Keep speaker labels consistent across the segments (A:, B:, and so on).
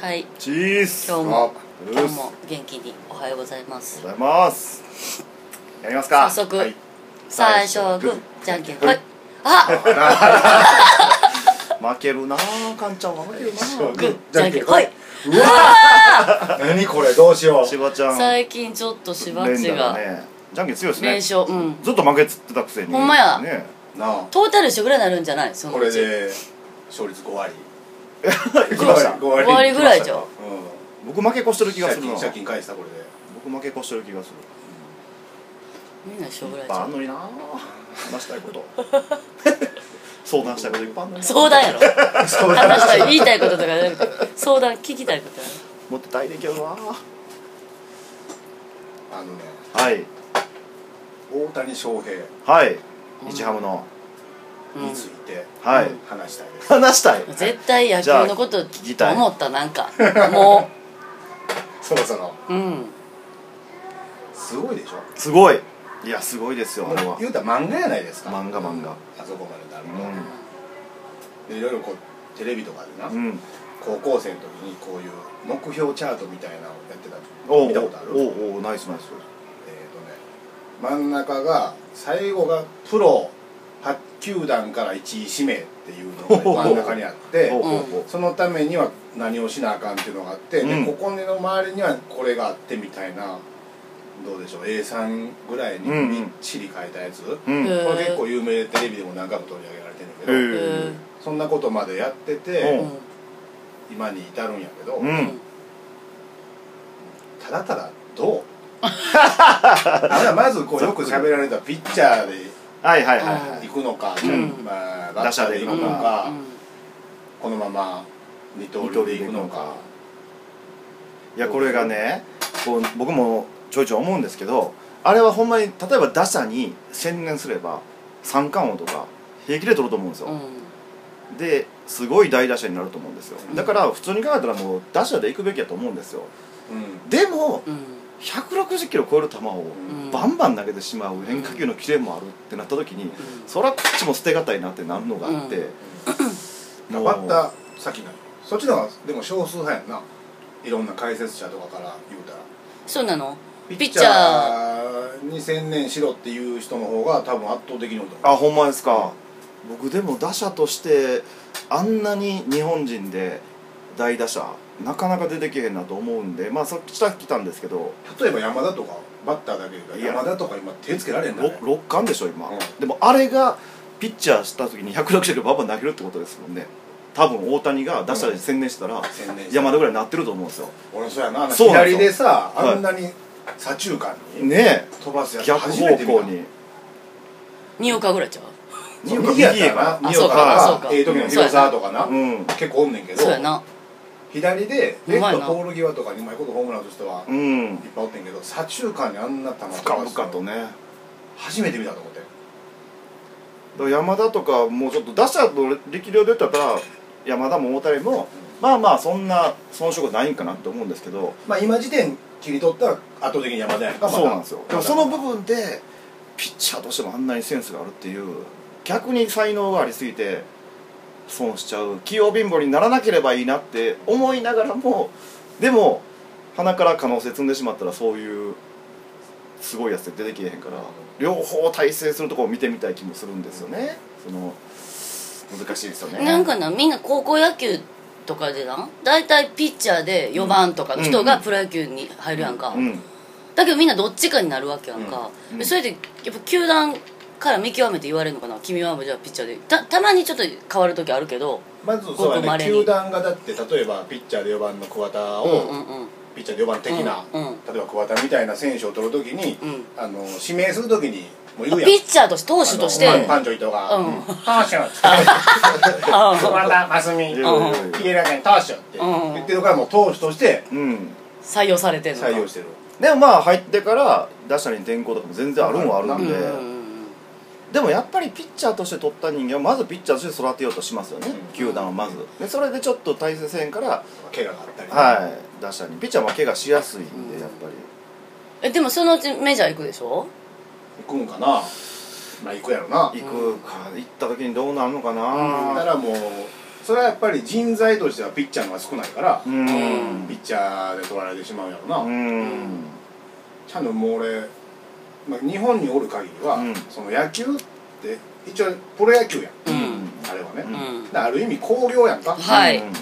A: はい
B: チーズ
A: 今日も
B: あ
A: 今
B: うっ
A: 日
B: す
A: も元気におはようございます
B: ございますやりますか
A: 早速
B: はい
A: 最初はグーじゃんけんほいあ
B: 負けるなあかんちゃんは負けるな
C: そう
A: グーじゃんけんほいう
C: わー 何これどうしよ
B: し
C: う
B: ばちゃん
A: 最近ちょっとしばっ
B: 連
A: ち
B: 打
A: が
B: ねじゃんけん強い
A: 連
B: ですね
A: 勝うん
B: ずっと負けつってたくせに
A: ほんまや
B: ね
C: なあ
A: トータル一緒ぐらいになるんじゃないその
C: こ
A: う
C: れ
A: ち
C: で勝率5割
B: 行きました
C: 5割
A: 5割ぐらいじゃん
C: うん
B: 僕負け越してる気が
C: 借
B: するな
C: 金借金返したこれで
B: 僕負け越してる気がする
A: みんな一緒ぐらいじ
B: あ
A: ゃ
B: ん
A: ん
B: のになあ話したい こと相談したいこといっぱいあんのにな
A: 相談やろ話したい言いたいこととかじゃなくて相談聞きたいことや
B: もっと大できるわ
C: あのね
B: はい
C: 大谷翔平
B: はい日ハムの
A: ろうん
C: について
B: はい、
A: うん
C: 話したいです
B: 話したい
A: 絶対野球のこと
B: 聞きたい
A: 思ったなんかも
C: そろそろ
A: ううん
C: すごいでしょ
B: すごいいやすごいですよあれ は
C: 言うたら漫画やないですか
B: 漫画漫画
C: あそこまでなる
B: う
C: とでいろいろこうテレビとかでな
B: うん
C: 高校生の時にこういう目標チャートみたいなのをやってた
B: おう
C: 見たことある
B: おうおうナイスナイス
C: えーとね、真ん中が最後がプロ8球団から1位指名っていうのが真ん中にあって
B: おうおうおう
C: そのためには何をしなあかんっていうのがあって、で
B: うん
C: ここの周りにはこれがあってみたいなどうでしょう A3 ぐらいに
B: うん
C: みっちり書いたやつ、
B: う
A: へ
B: ん
A: ー
C: これ結構有名でテレビでも何回も取り上げられてるけど、
A: う
B: へえ
A: ん
C: そんなことまでやって
A: う
C: て
B: お
A: ん
C: 今に至るんやけど、
B: う
A: うんん
C: ただただ どうあれはまずこうよく喋られたピッチャーで
B: はいはいはいは
C: 行
B: い
C: くのか、
A: うん
C: まあ、
B: 打
C: 打
B: 者
C: 者
B: で
C: で
B: 行
C: 行
B: く
C: く
B: の
C: の
B: か
C: か、
A: うん
C: このまま二刀流で行くのか
B: いやこれがねこう僕もちょいちょい思うんですけどあれはほんまに例えば打者に専念すれば三冠王とか平気で取ると思うんです
A: う
B: よ
A: ん
B: ですごい大打者になると思うんですよだから普通に考えたらもう打者で行くべきやと思うんですよ
C: うん
B: でも
A: うん
B: 160キロ超える球を
A: うん
B: バンバン投げてしまう変化球のキレもあるってなった時に
A: ん
B: そらこっちも捨てがたいなってなるのがあって、もう
C: バッター先なのそっちの方がでも少数派やんないろんな解説者とかから言うたら
A: そうなの
C: ピ
A: ピッ
C: ッ
A: チ
C: チ
A: ャー
C: ャーに専念しろっていう人の方が多分圧倒的に多いと思う
B: あほんまですか僕でも打者としてあんなに日本人で大打者なかなか出てけへんなと思うんでまあさっき来た来たんですけど
C: 例えば山田とかバッターだけが
B: いや
C: 山田とか今手つけられんだね
B: ろ六冠でしょ今、
C: うん
B: でもあれがピッチャーした時に160キロバンバン投げるってことですもんね多分大谷が打者で専念してたら
C: 専念して
B: 山田ぐらいになってると思うんですよ
C: 俺そうやなあの
B: そうなんです
C: 左
B: よ
C: でさ
B: はい
C: あんなに左中間に
B: ね
C: 飛ばす
B: え
C: やつ
B: 逆
C: 初めて
B: 方
C: 見
B: 向
C: た
B: に
A: 二岡ぐらいちゃう
C: そう
B: 右
C: 右
B: や
C: や
B: っ
C: った
B: らな
C: たら
A: あ
C: な
A: そうかそうか
C: ええ時の広沢とかな、
B: うん
C: 結構おんねんけど
A: そうやな
C: 左で
A: うま
C: レ
A: いな
C: フトポール際とかにうまいことホームランとしては
B: う
C: いっ
B: ん
C: ぱいおってんけど左中間にあんな球
B: 深々とね
C: 初めて見たと思って
B: だから山田とかもうちょっと打者の力量で言ったら山田も大谷もまあまあそんな遜色ないんかなと思うんですけど
C: まあ今時点切り取ったら圧倒的に山田やんかまだ
B: そうなんですよ
C: まだ
B: でもその部分でピッチャーとしてもあんなにセンスがあるっていう逆に才能がありすぎて損しちゃう器用貧乏にならなければいいなって思いながらもでも鼻から可能性積んでしまったらそういうすごいやつって出てきえへんから両方体制するところを見てみたい気もするんですよねその難しいですよね
A: なんかなみんな高校野球とかでな大体ピッチャーで4番とかの人
B: う
A: が
B: ん
A: プロ野球に入るやんか、
B: うん
A: だけどみんなどっちかになるわけやんか、
B: うんうん
A: でそれでやっぱ球団から見極めて言われるのかな君はじゃあピッチャーでたたまにちょっと変わる時あるけど
C: まずそう
A: ごく
C: や
A: 稀
C: ね
A: に
C: 球団がだって例えばピッチャーで4番の桑田
A: うんう
C: を
A: んうん
C: ピッチャーで4番的な
A: うんうん
C: 例えば桑田みたいな選手を取るときに
A: うん
C: あの指名するときに
A: あ
C: もう言うやん
A: ピッチャーとして投手として
C: あのパンパンチョイトが
A: う
C: うんん投手っつって
A: あ
C: 桑田真澄
B: いやいやいやいや
C: 桐浦君投手って
A: うん
C: 言ってるからもう投手として
B: うん
A: 採用されてるのか
C: 採用してる
B: でもまあ入ってから打者に転向とかも全然あるんはあるんで、
A: うんうんうん
B: でもやっぱりピッチャーとして取った人間はまずピッチャーとして育てようとしますよね、
C: うん
B: 球団はまずでそれでちょっと対戦せんから、
C: 怪我があったりね
B: はい打者にピッチャーは怪我しやすいん
A: う
B: で
A: ん
B: やっぱり、
A: えでもそのうちメジャー行くでしょ
C: 行くんかなまあ行くやろな行
B: 行くか行った時にどうなるのかな、
C: ったらもうそれはやっぱり人材としてはピッチャーの方が少ないから、
B: うん
C: ピッチャーで取られてしまうんやろな、
B: うん
C: ちゃんともう俺、まあ、日本におる限りは、
B: うん
C: その野球って一応プロ野球やん、
A: うん
C: あれはね、
B: うん
A: うん
C: だからある意味興行やんか、
A: は
C: っ
A: い
B: うんうん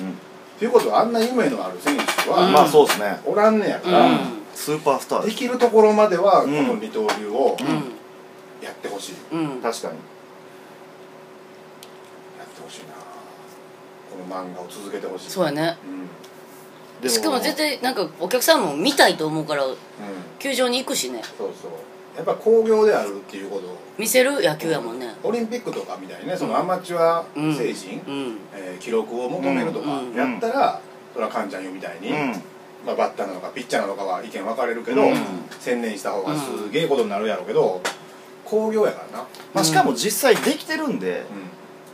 C: ていうことはあんな夢のある選手
A: うん
B: まあ
C: は、
B: そうですね
C: おらんねやか
A: う
C: ら、
A: ん
B: スーパースターで
C: ですきるところまでは
B: う
C: こ
B: ん
C: の二刀流を
A: うん
C: やってほしい、
A: うん
B: 確かに
C: やってほしいなこの漫画を続けてほしい
A: そうやね
C: うん、うん、
B: で
A: しかも絶対なんかお客さんも見たいと思うから球場に行くしね
C: そうそうやっぱ興行であるっていうこと
A: 見せる野球やもんね
C: オリンピックとかみたいにねそのアマチュア
A: うん
C: 精神、
A: うん
C: えー記録を求めるとか
A: うん
C: やったら、それはカンちゃん言うみたいに、
B: うん
C: まあ、バッターなのかピッチャーなのかは意見分かれるけど、
B: うん
C: 専念した方がすげえことになるやろうけど興行やからな、
B: まあしかも実際できてるんで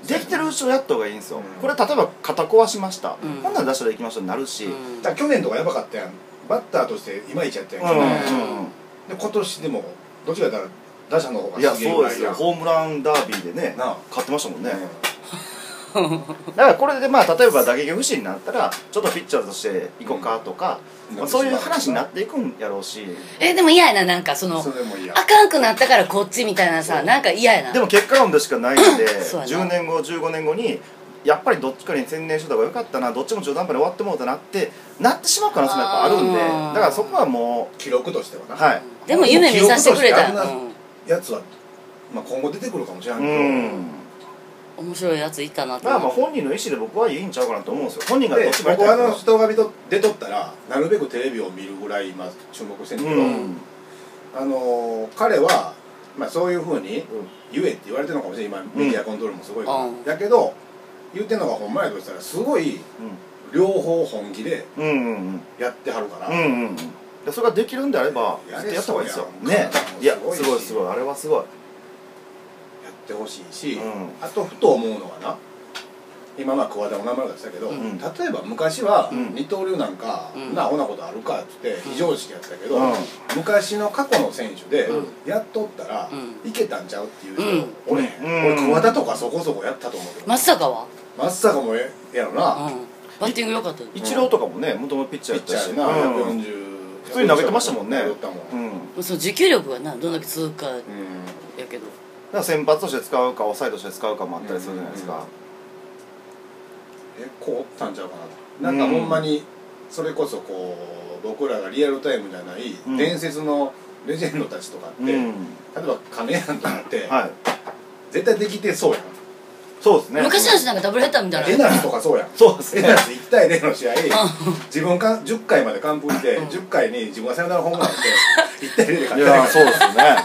B: できてるうちをやった方がいいんですよ
C: うん
B: これ例えば肩壊しました
A: うん
B: こんなん出したらいきましたになるし
A: う
B: うん
A: ん
C: だから去年とかやばかったやんバッターとしていまいちやったやん、
B: うん
C: 去
B: う
C: 年
B: ん
C: で今年でもどっちかやったら打者の方
B: い
C: が
B: や
C: すげえ
B: そう
C: うま
B: で
C: い
B: す
C: や
B: よ
C: ん
B: ホームランダービーでね
C: なあ
B: 勝ってましたもんね
C: うん
B: だからこれでまあ例えば打撃不振になったらちょっとピッチャーとして行こうかとか
C: うん
B: まあそういう話になっていくんやろうし
A: えでも嫌やななんかその
C: それでもいいや
A: あかんくなったからこっちみたいなさなんか嫌やな
B: でも結果論でしかないん で
A: そうやな
B: 10年後15年後にやっぱりどっちかに専念してた方が良かったなどっちも中途半端に終わってもうたなってなってしまう可能性もやっぱあるんで
A: あ
B: だ
A: ー
B: からそこはも
C: 記録としてはな、
B: うはい
A: でも夢見させてくれた
C: 記録としてあんな
A: うん
C: やつは、まあ、今後出てくるかもしれん
B: う
C: けど、
B: ん
A: 面白いやついたなと
B: まあまあ
A: 思う
B: 本人の意思で僕はいいんちゃうかなと思うんですよ本人がど
C: で
B: っちもやり
C: 僕
B: た
C: はい
B: か
C: あ
B: ら
C: の人が見と出とったらなるべくテレビを見るぐらい今注目してるけど、
B: うん
C: あのー彼は、まあ、そういうふうに言えって言われてるのかもしれない今メディアコントロールもすごいから、
A: うん
C: だけど言ってんのがほんまやとしたらすごい両方本気で
B: うんうんうん
C: やってはるから、
B: うんうんうんでそれができるんであれば
C: や
B: ずっと
C: れ
B: やった方がいいですよ
C: そうやん
B: ねいや
C: 体も
B: す
C: す
B: ご
C: ご
B: い
C: いし
B: すごいあれはすごい
C: やってほしいし、
B: うん
C: あとふと思うのはな今まあ桑田お名前が出したけど、
A: うん
C: 例えば昔は
B: うん
C: 二刀流なんか、
A: うん
C: なあほなことあるかっつって非常識やったけど、
B: うん
C: 昔の過去の選手で
A: うん
C: やっとったら、
A: う
C: いけたんちゃうっていう人、
A: うん
C: 俺、
B: うん
C: 俺桑田とかそこそこやったと思うけど、
A: 松坂は
C: まっさかもええやろな、
A: うんバッティング良かったよ
B: イチローとかもね元々ピッチ
C: ピ
B: ャー
C: ッ
B: やっ
C: チ
B: た
C: ャ
B: し
C: ー
B: う
C: やな、
B: ん
C: 140
B: 普通に投げてましたもんね
C: 投げたもん、う
B: うんん
A: その持久力がなどんだけ続くかやけど
B: だから先発として使うか抑えとして使うかもあったりするじゃないですか、
C: えこうおったんちゃうかななんかほんまにそれこそこう僕らがリアルタイムじゃない
B: うん
C: 伝説のレジェンドたちとかって、
B: うん
C: 例えば金やんとかって、
B: はい
C: 絶対できてそうやん
B: そうですね
A: 昔の人なんかダブルヘッダーみたい
C: エ
A: な
C: ナスとかそう やん
B: そうです
C: エ
B: ね
C: ナス1対0の試合
A: うん
C: 自分か10回まで完封して、
A: うん
C: 10回に自分がサヨナラホームラン打って1対0で
B: い
C: 勝った
B: や
C: やん
B: そうですよね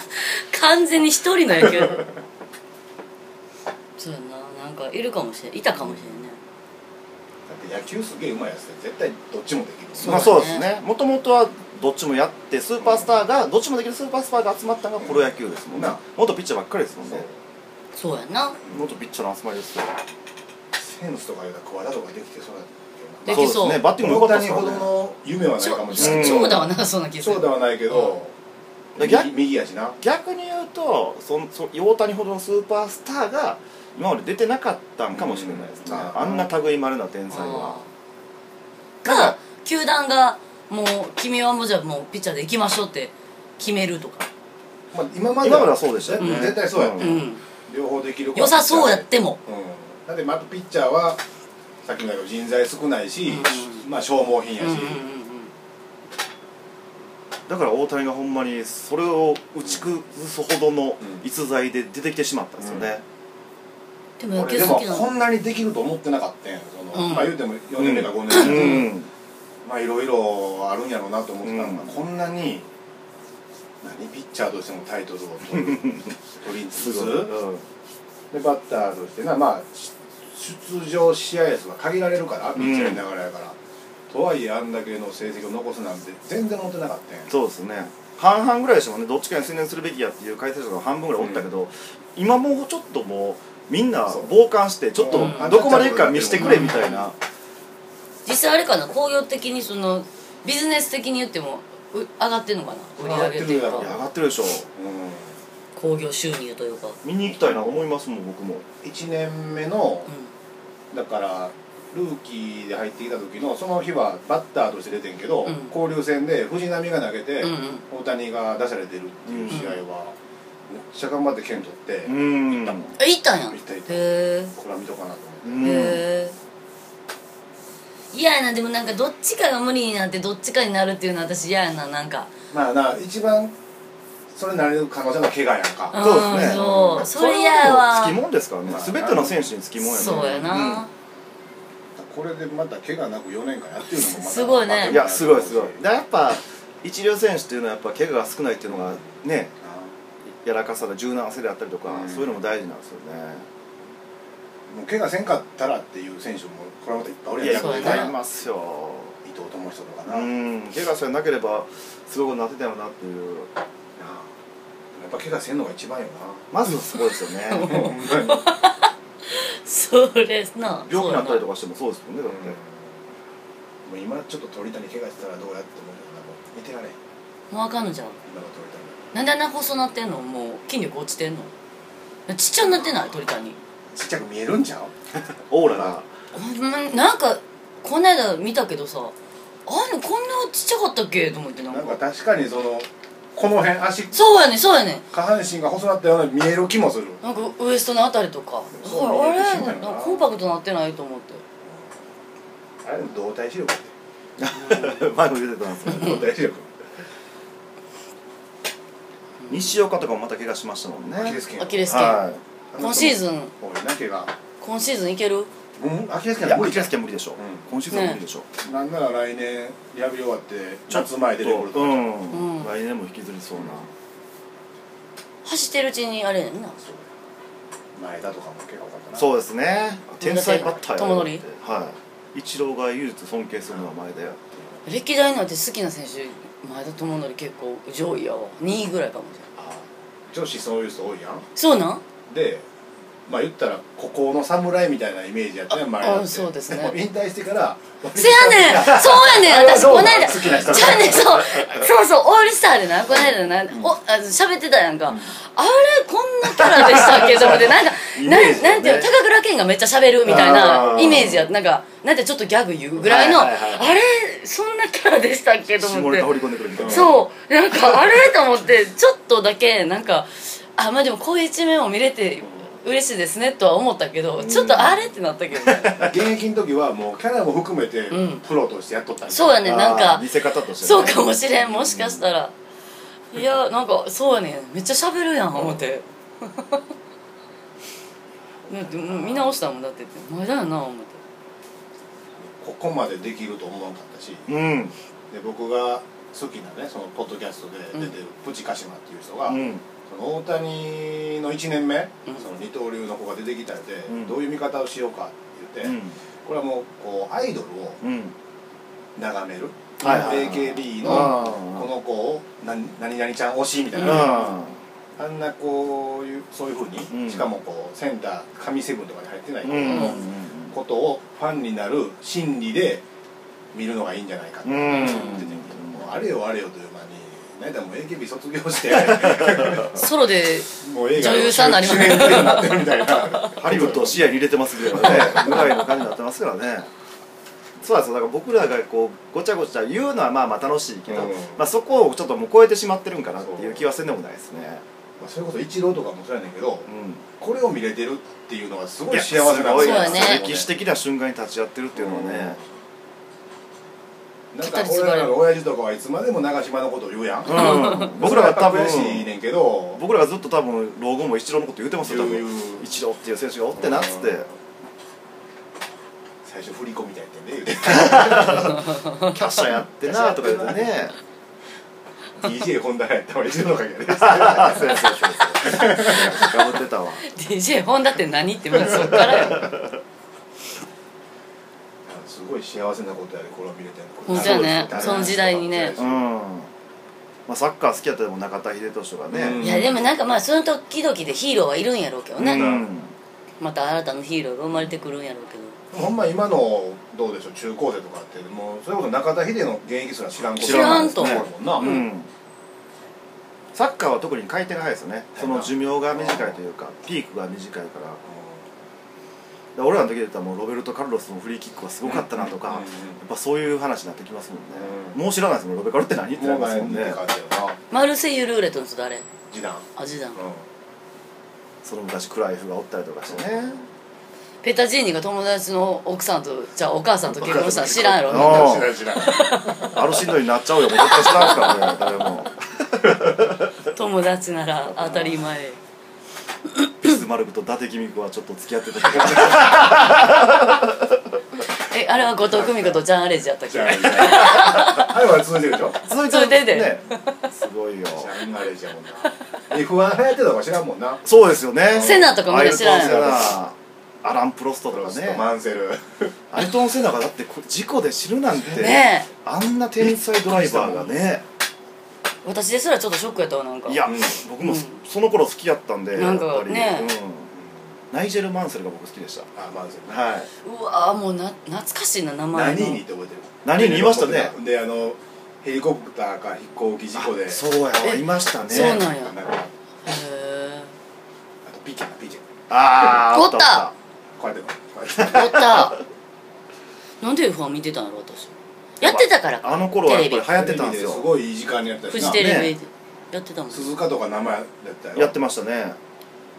A: 完全に一人の野球そうやななんかいるかもしれんいたかもしれんね
C: だって野球すげえうまいやつって絶対どっちもできる
A: そう
B: まあそうですねもともとはどっちもやってスーパースターがどっちもできるスーパースターが集まったのがプロ野球ですもんね
C: な
B: 元ピッチャーばっかりですもん
C: そう
B: ね
A: そうやな
B: 元ピッチャーの集まりですよ
C: センスとかいうたら桑田とかできてそうやった
A: で
C: よ
A: きそう
B: ですねバッティングも良かった
C: 大
B: です
C: 谷
B: か
C: ほ
B: ら
C: ど
B: ね
C: の夢はない
A: ちょ
C: かもしれないけど
A: 長打はなんかそんな気す
C: そう
A: る
C: ではないけど、
B: うん
C: 右
B: 逆
C: 右やしな
B: 逆に言うとそのそ大谷ほどのスーパースターが今まで出てなかったんかもしれないですね、
C: うん
B: あんな類まれな天才は
A: うんか球団がもう君はもうじゃあもうピッチャーで行きましょうって決めるとか
C: まあ、今まで
B: 今まではそうでしたよ
C: 絶
B: ね、
A: うん
C: 絶対そうや
B: う
A: う
C: ね、
A: ん
C: 両方できる子
A: 良さそうやっても
C: うんだってまたピッチャーはさっきも言ったけど人材少ないし、
A: う
C: まあ消耗品や
A: うんうん
C: し、
B: だから大谷がほんまにそれを打ち崩すほどの
C: うん
B: 逸材で出てきてしまったんですよね、
A: でも野
C: 俺
A: 球
C: で
A: 好
C: も
A: きな
C: こんなにできると思ってなかったんやその、
A: うん
C: まあ言うても4年目か5年
B: う
C: 目、
B: ん
C: まあいろいろあるんやろうなと思ってたのが、
B: うん
C: こんなに何ピッチャーとしてもタイトルを 取る取り
B: す
C: つ
B: ご
C: つ
B: い、うん
C: でバッターとしてなまあし出場試合数は限られるからピッチャーの流れやから、とはいえあんだけの成績を残すなんて全然持ってなかったんや
B: そうですね半々ぐらいでしたもんねどっちかに専念するべきやっていう解説者が半分ぐらいおったけど、今もうちょっともうみんな傍観してちょっと
A: うん
B: どこまでいくか見せてくれみたいな、
A: 実際あれかな工業的にそのビジネス的に言ってもう上がってんのかな売り上げという
C: 上がって
B: いや上
A: か
B: がってるでしょ
C: う
A: 工業収入というか
B: 見に行きたいな思いますもん僕も
C: ん1年目の
A: う
C: だからルーキーで入ってきた時のその日はバッターとして出てんけど、
A: うん
C: 交流戦で藤浪が投げて、
A: うんうん
C: 大谷が出されてるっていう試合は、めっちゃ頑張って剣取って、
B: う
C: こ
B: ん
C: 行ったもん
A: え行ったんや
C: 行った行った
A: へえ
C: れは見とかなと思って、
B: うん
A: へえ嫌やなでもなんかどっちかが無理になってどっちかになるっていうのは私嫌やななんか
C: まあな一番それになれる可能性の怪我やんか、
A: うん
B: そうですね
A: そうそれ嫌や
B: は
A: わ
B: つきもんですからね
C: まあ
B: 全ての選手につきもんやね
A: そうやな、
C: これでまた怪我なく4年間やってるのもまた
A: すごいね
C: また
B: いやすごいすごいでやっぱ一流選手っていうのはやっぱ怪我が少ないっていうのがねやらかさだ柔軟性であったりとか、
C: うん
B: そういうのも大事なんですよね
C: もう怪我せんかったらっていう選手もこれまたいっぱいおる
B: い
C: やん
B: やいっ
A: そうや
C: 逆
A: な
C: に
B: ぱいいますよ
C: 伊藤智人とか
B: う
C: な、やっ
B: ん怪我さえなければすごいことになってたよなっていう
C: ぱ怪我せんのが一番よ
B: まずすごいです よ
C: な
B: ね
C: ほんまに
A: それな
B: 病気になったりと
A: か
B: かしてもそうですもんねだっ
C: もう今ちょっと鳥谷怪我してたらどうやって思うよなもう見てられん
A: もうあかんのじゃん
C: 今の鳥谷
A: なんであんな細なってんのもう筋力落ちてんのちっちゃになってない鳥谷
C: ちっちゃく見えるんちゃう
B: てオーラが
A: ほんまになんかこの間見たけどさあれこんなちっちゃかったっけと思ってなん
C: な
A: か
C: んか確かにそのこの辺足
A: そうやねそうやね
C: 下半身が細なったような見える気もする
A: なんかウエストのあたりとか
C: そう
A: あれあ
C: 見えてしまうよ
A: れ
C: な
A: なんかコンパクトなってないと思って
C: あれでも動体視力っ て
B: 前も出てたんですけど
C: 動体視力
B: 西岡とかもまた怪我しましたもんね
C: アキレス腱
A: アキレス腱
B: はい
A: 今シーズン
C: 多いな怪我
A: 今シーズンいける
C: うんアキレス
B: い
C: 腱
B: や
C: 無
B: ア
C: 理
B: キレス腱無理でしょ、今シーズンは無理でしょ、
C: なんなら来年リハビリ終わって
B: ちょっと
C: 夏前出てくるとか
B: う
C: じゃん
B: ん、
A: うん
B: 来年も引きずりそうな
A: 走ってるうちにあれやんな
C: そう前田とかも怪我多かったな
B: そうですね天才バッター
A: 友則
B: はい一郎が唯一尊敬するのは前だよ
A: 歴代のって好きな選手前田智則結構上位やわ2位ぐらいかもしれない
C: 女子そういう人多いやん
A: そうなん
C: でまあ言ったら孤高の侍みたいなイメージやったやん前
A: あそうですね
C: も引退してから
A: せやねんそうやねん
C: あれは
A: 私
C: どう
A: こ
C: な
A: の
C: の
A: 間
C: 好きな人
A: じゃあね そうそうそうオールスターでなこの間なおあ喋ってたやんか、あれこんなキャラでしたっけと思ってなんか
B: イ
A: な
B: メージ
A: ん
B: ね
A: なんていうの高倉健がめっちゃ喋るみたい
B: あ
A: な
B: ー
A: イメージやなんかなんてちょっとギャグ言うぐらいの、
B: はいはいはい
A: あれそんなキャラでしたっけと思
B: 下
A: っ
B: ネ
A: て
B: タ掘り込んでくるみたいな
A: そうなんかあれと思ってちょっとだけなんかあまあでもこういう一面を見れて嬉しいですねとは思ったけどちょっとあれってなったけどね
C: 現役の時はもうキャラも含めて
A: うん
C: プロとしてやっとったん
A: そうやねなん
B: あー
A: か
B: 見せ方として、ね、
A: そうかもしれんもしかしたらいやなんかそうやねめっちゃ喋るやん思 ってだってもう見直したもんだって前だよな思って
C: ここまでできると思わなかったしで
B: うん
C: 僕が好きなねそのポッドキャストで出てるプチカシマっていう人が、
B: うん
C: その大谷の1年目、
A: うん
C: その二刀流の子が出てきたんで、
B: うん
C: どういう見方をしようかって言って、これはもうこうアイドルを
B: うんうん
C: 眺める、
B: はいはいはい
C: AKB
B: あ
C: の
B: ー
C: この子を何何々ちゃん推しみたい
A: うん
C: な、あんなこういうそういうふうに、
B: うん
C: しかもこうセンター神セブンとかに入ってない
B: うんうん
A: ん
C: ことをファンになる心理で見るのがいいんじゃないかって
B: う
C: 言っ
B: ん
C: てて、もうあれよあれよという間に。ね、でも AKB 卒業 して
A: ソロで
C: もう映画
A: 女優さんになりました
C: 主演女優になってるみたいな
B: ハリウッドを視野に入れてますみたいなねぐらいの感じになってますからねそうなんですよだから僕らがこうごちゃごちゃ言うのはまあまあ楽しいけど、
C: うん
B: まあ、そこをちょっともう超えてしまってるんかなっていう気はせんでもないですね
C: まあ、それこそイチローとかもそうやねんけ
B: う
C: ど、
B: ん
C: これを見れてるっていうのはすごい
B: や
C: 幸せなんです
B: ごい
A: そうやね
B: 歴史的な瞬間に立ち会ってるっていうのはね、
C: なんか俺らの親父とかはいつまでも長島のことを言う や
B: う
C: ん、
B: ん、僕らが多分
C: それはやっぱ悔しいねんけど
B: 僕らがずっと多分老後もイチローのこと言うてますよ多
C: 言う
B: 分イチローっていう選手がおってなっつって、
C: うん最初振り子みたいってね言うて
B: キャッシャーやってなとか言うてね
C: DJ 本田やった俺イチローの陰で
B: あ そうそうそうそう頑張ってたわ
A: DJ 本だって何ってまずそっからや
C: すごい幸せなことやでこれを見れてる
A: 本当やね
C: そうです
A: その時代にね
B: うん、まあ、サッカー好きやったでも中田英寿とかね、
C: うん
A: いやでもなんかまあその時々でヒーローはいるんやろうけどね、
B: うん
A: また新たなヒーローが生まれてくるんやろうけど
C: ほんま今のどうでしょう中高生とかってもうそれこそ中田秀の現役すら知らんこと
B: 知らん
C: と
B: と
C: 思うもんな、
B: うんサッカーは特に回転が速いですよねその寿命が短いというかピークが短いからら俺らの時で言ったらもうロベルト・カルロスのフリーキックはすごかったなとか、
C: うんうん
B: やっぱそういう話になってきますもんね、
C: うん
B: もう知らないですもんロベカルって何ってなりますもんね
C: って感じやな
A: マルセイユルーレットの人誰
C: 次男
A: あジダン
B: その昔クライフがおったりとかしてね
C: ね
A: ペタジーニが友達の奥さんとじゃあお母さんと結婚したら知らんやろ
B: あ
A: みんな
B: ー
C: 知らん知らん
B: あのしんどいになっちゃうよもう絶対知らんからね誰も
A: 友達なら当たり前
B: ビスマルクと伊達公子はちょっと付き合ってたけど
A: えあれは後藤久美子とジャン・アレジやったっ
C: 知
A: け
C: らん知らんあれは続いてるでしょ
B: 続い
A: それでで
B: ねすごいよ
C: 知らんあれじゃもんな F1 流行ってたか知らんもんな
B: そうですよね
A: セナとかまだ知らん
B: ア
A: や
B: イル
A: ろ
B: トンセナアラン・プロスト
C: プ
B: と
C: ロ
B: か
C: スト
B: ね
C: マンセル
B: アイルトン・セナがだってこ事故で死ぬなんて、
A: ねえ
B: あんな天才ドライバーがね
A: 私ですらちょっとショックやったわなんか
B: いや、
C: うん
B: 僕も
A: うん
B: その頃好きやったんで
A: なんか
B: やっぱり、
A: ね
B: うん、ナイジェル・マンセルが僕好きでした
C: あマンセルな
B: はいう
A: わーもうな懐かしいな名前
C: 何
A: の
C: にって覚えてる
B: 何人にいましたね
C: であのヘリコプターか飛行機事故で
B: そうやわ
A: え
B: いましたね
A: そうなんや
C: なんか
A: へえ
C: あとピケなピケ
B: あーあ
A: おった
C: こうやってこうやって
A: おった なんで F1 見てたんやろ私やってたから
B: あの頃はやっぱり流行ってたんです
C: テレビす
B: よ
C: ごいいい時間にやった
A: フ
C: しな
A: ジテレビ
B: ね
A: でやってたもん
C: 鈴鹿とか名前やったよ
B: やってましたね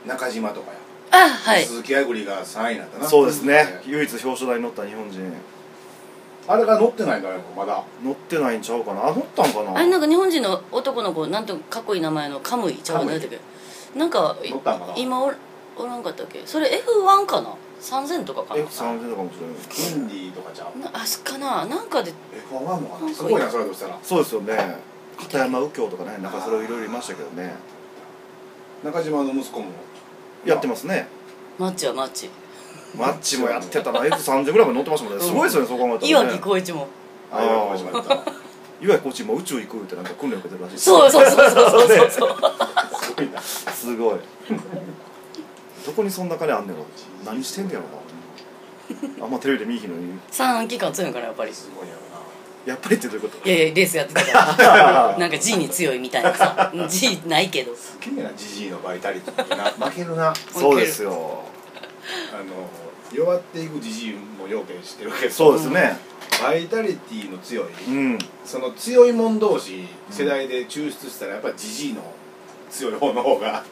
C: 中島とかや、
A: あはい
C: 鈴木あぐりが3位になったな
B: そうですね唯一表彰台に乗った日本人
C: あれから乗ってないんだねまだ
B: 乗ってないんちゃうかなあ乗ったんかな
A: あれなんか日本人の男の子なんとかっこいい名前のカムイちゃう
C: カム
A: な
C: イ
A: んだっけなんかい
C: 乗ったんかな
A: 今おらおらんかったっけそれ F1 かな3000とかかな
B: F30 とかもしれない
C: インディーとかちゃう
A: なあすかななんかで
C: F1 はもうあのすごいなそれとしたら
B: そうですよね片山右京とかね中それいろいろいましたけどね
C: 中島の息子も
B: やってますね
A: マッチはマッチ
B: マッチもやってたな F30 ぐらいまで乗ってましたもんねすごいですよねそう考えた
A: 岩
B: ら
A: 城
B: ね
A: 浩一も
C: ああいうのが始まった
B: 岩井コーチも宇宙行くってなんか訓練受けてるらしいです
A: そうそうそうそうそうそうそう
C: すごいな
B: すごいどこにそんな金あんねやろ何してんねやろなあんまテレビで見いひんのに
A: 三半期間強いんからやっぱり
C: すごいんやろ
B: やっぱりってどういうこと
A: いやいやレースやってたから なんか G に強いみたいなさ G ないけど
C: なすげえなジジイのバイタリティな 負けるなあ
B: そうですよ
C: の弱っていくジジイも要件してるけど
B: そうですね
C: バイタリティの強い
B: うん
C: その強いもん同士世代で抽出したらやっぱジジイの強い方の方が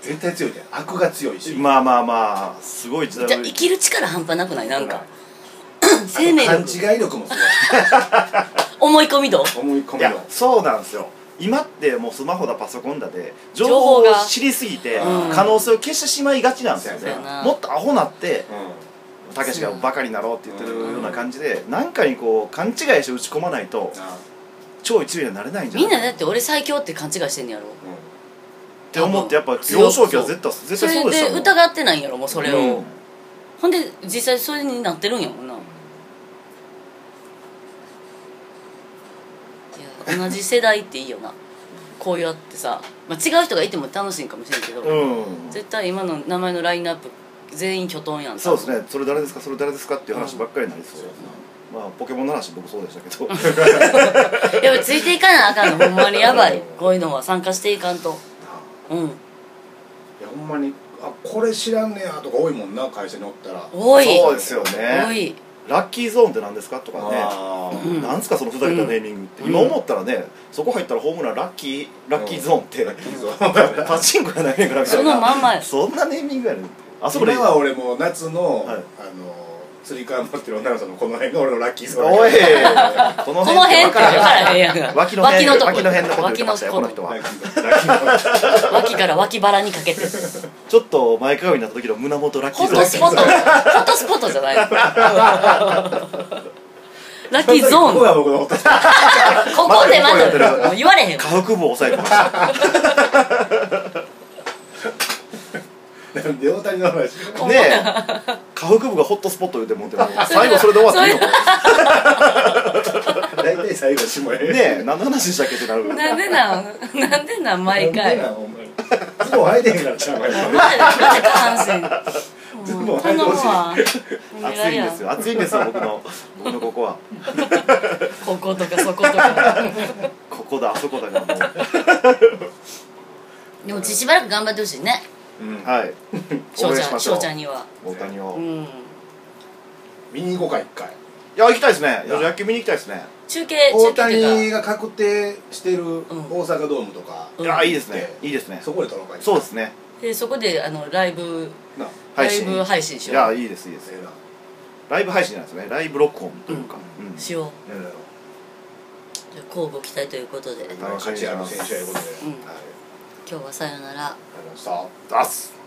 C: 絶対強いじゃん悪が強いし、
B: まあまあまあすごい時代
A: じゃあ生きる力半端なくないなんか 生命
C: 勘
A: 力
C: 違い力もす
A: 思い込み度
C: ごい思い込
B: い
C: み
B: や
C: の
B: そうなんですよ今ってもうスマホだパソコンだで情
A: 情
B: 報
A: 報
B: を
A: が
B: 知りすぎて
A: うん
B: 可能性を消してしまいがちなんですよ
C: そう
B: ね
C: や
A: な
B: もっとアホなって
C: う
B: たけしがバカになろうって言ってる
C: うん
B: ような感じで何かにこう勘違いして打ち込まないと
C: んあ
B: 超一流にはなれないんじゃ
A: み
B: ない
A: んなだって俺最強って勘違いしてんねやろ
C: う
B: って思ってやっぱ
A: 強
B: 幼少期は絶対絶
A: そ
B: 対そ
A: れ
B: うでした
A: で
B: もん
A: 疑ってないんやろもうそれを、
B: うん
A: ほんで実際それになってるんやもんないや同じ世代っていいよなこうやってさ、まあ、違う人がいても楽しいんかもしれんけど、
B: うん
A: 絶対今の名前のラインナップ全員巨トンやん
B: そうですねそれ誰ですかそれ誰ですかっていう話ばっかりになりそうやなまあポケモンの話僕そうでしたけど
A: やっぱついていかなあかんのほんまにやばいこういうのは参加していかんと
C: んなあ
A: うん
C: いやほんまにあこれ知らんねやとか多いもんな会社におったら
A: 多い
B: そうですよ
A: 多
B: ね
A: い
B: ラッキーゾーンって何ですかとかね
C: あー
A: うん
B: なんすかそのふざけたネーミングって
A: うん
B: 今思ったらねそこ入ったらホームランラッキーラッキーゾーンって
C: いいぞ
B: パチンコやないねんからみた
A: そ
B: い
A: の
B: な
A: まんまや
B: そんなネーミングやねんあそこで
C: 今は俺もう夏の、
B: はい
C: あの釣り革持ってる女の子のこの辺が俺のラッキーゾーン
B: おいこの
A: この辺
B: っ
A: ってて分
B: 分からへん
A: からへんやん
B: 脇の辺
A: とこ
B: 脇の辺のこと言っ
A: 脇
B: てま
A: の
B: したよこの
A: と
B: 人
A: こ
B: は
C: ラッキーゾーンラッキーゾーン
A: 脇から脇腹にか けて
B: ちょっと前かがみになった時の胸元ラッキ
A: フ
B: ー
A: ォト
B: ゾーン
A: スポットフォトスポットじゃ ないラッキーゾー
C: ここ
A: ン
C: が僕のこと
A: ここでま
B: まだここやってる
A: た言われへん
B: 下腹部を押さえてました
C: なんで大谷の話
A: ほんま
B: ねえ下腹部がホットスポット言うてもうても 最後それで終わっていいのか
C: 大体最後下へ
B: ねえ何の話でしたっけってなる
A: なんでなんなんでなん毎回
C: なんでなんほんまにズボン履いてへんからちゃうか
A: マ ジでマジで下半身
C: ズボン
A: もう
C: 入
A: 頼
C: って
A: む
C: ほしい
A: わ
B: 熱いんですよ熱いんですよ僕の僕のここは
A: こことかそことか
B: ここだあそこだがもう
A: でもうちしばらく頑張ってほしいね
C: ううん
B: はい
A: 翔
B: 応
A: ちゃ
B: 援し
A: ん
B: ましょ
A: 翔
B: う
A: ちゃんには
B: 大谷を、
A: う
B: い
A: ん
C: 見に行こうか一回
B: や行きたいですね野球見に行きたいですね
A: 中継中
C: 大
A: 継ってい
C: 谷
A: う
C: が確定してる大
A: ん
C: 阪ドームとか、
A: うん
B: いやいいですねいいですね
C: そこで撮ろうか
B: そう
C: う
B: ですね
A: かでそこであのライブ
C: な
A: ラ
B: 配
A: イ
B: 信
A: ブ配信し
B: い
A: よ
B: や
A: う
B: いいですいいです
C: ええな
B: ライブ配信なんですねライブ録音というか、うん
A: しよ
C: やるやろ
A: う交互期待ということで
C: 今の価値ある選手やいうことで、
A: うん
C: はい
A: 今日はさよなら
C: ありがとうございました
B: 出す